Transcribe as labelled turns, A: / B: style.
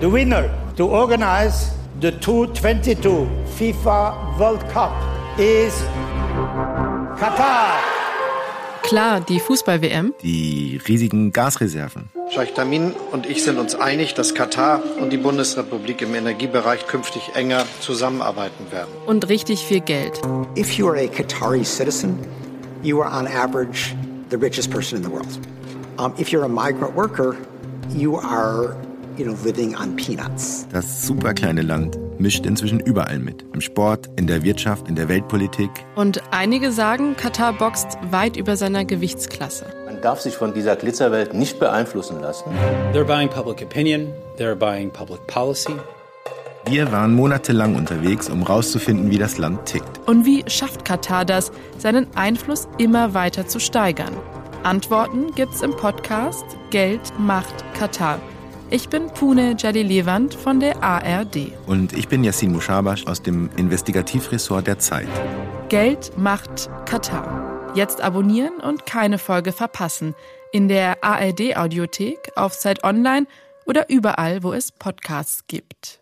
A: the winner to organize the 2022 FIFA World Cup is Qatar.
B: Klar, die Fußball-WM.
C: Die riesigen Gasreserven.
D: Scheich Tamin und ich sind uns einig, dass Katar und die Bundesrepublik im Energiebereich künftig enger zusammenarbeiten werden.
B: Und richtig viel Geld.
E: If you are a Qatari citizen, you are on average the richest person in the world. Um, if you're a migrant worker, you are you know, living on peanuts.
C: Das superkleine Land mischt inzwischen überall mit. Im Sport, in der Wirtschaft, in der Weltpolitik.
B: Und einige sagen, Katar boxt weit über seiner Gewichtsklasse.
F: Man darf sich von dieser Glitzerwelt nicht beeinflussen lassen.
G: They're buying public opinion, they're buying public policy.
C: Wir waren monatelang unterwegs, um rauszufinden, wie das Land tickt.
B: Und wie schafft Katar das, seinen Einfluss immer weiter zu steigern? Antworten gibt's im Podcast Geld macht Katar. Ich bin Pune Jalilewand von der ARD.
C: Und ich bin Yassin Mushabash aus dem Investigativressort der Zeit.
B: Geld macht Katar. Jetzt abonnieren und keine Folge verpassen. In der ARD Audiothek, auf Zeit Online oder überall, wo es Podcasts gibt.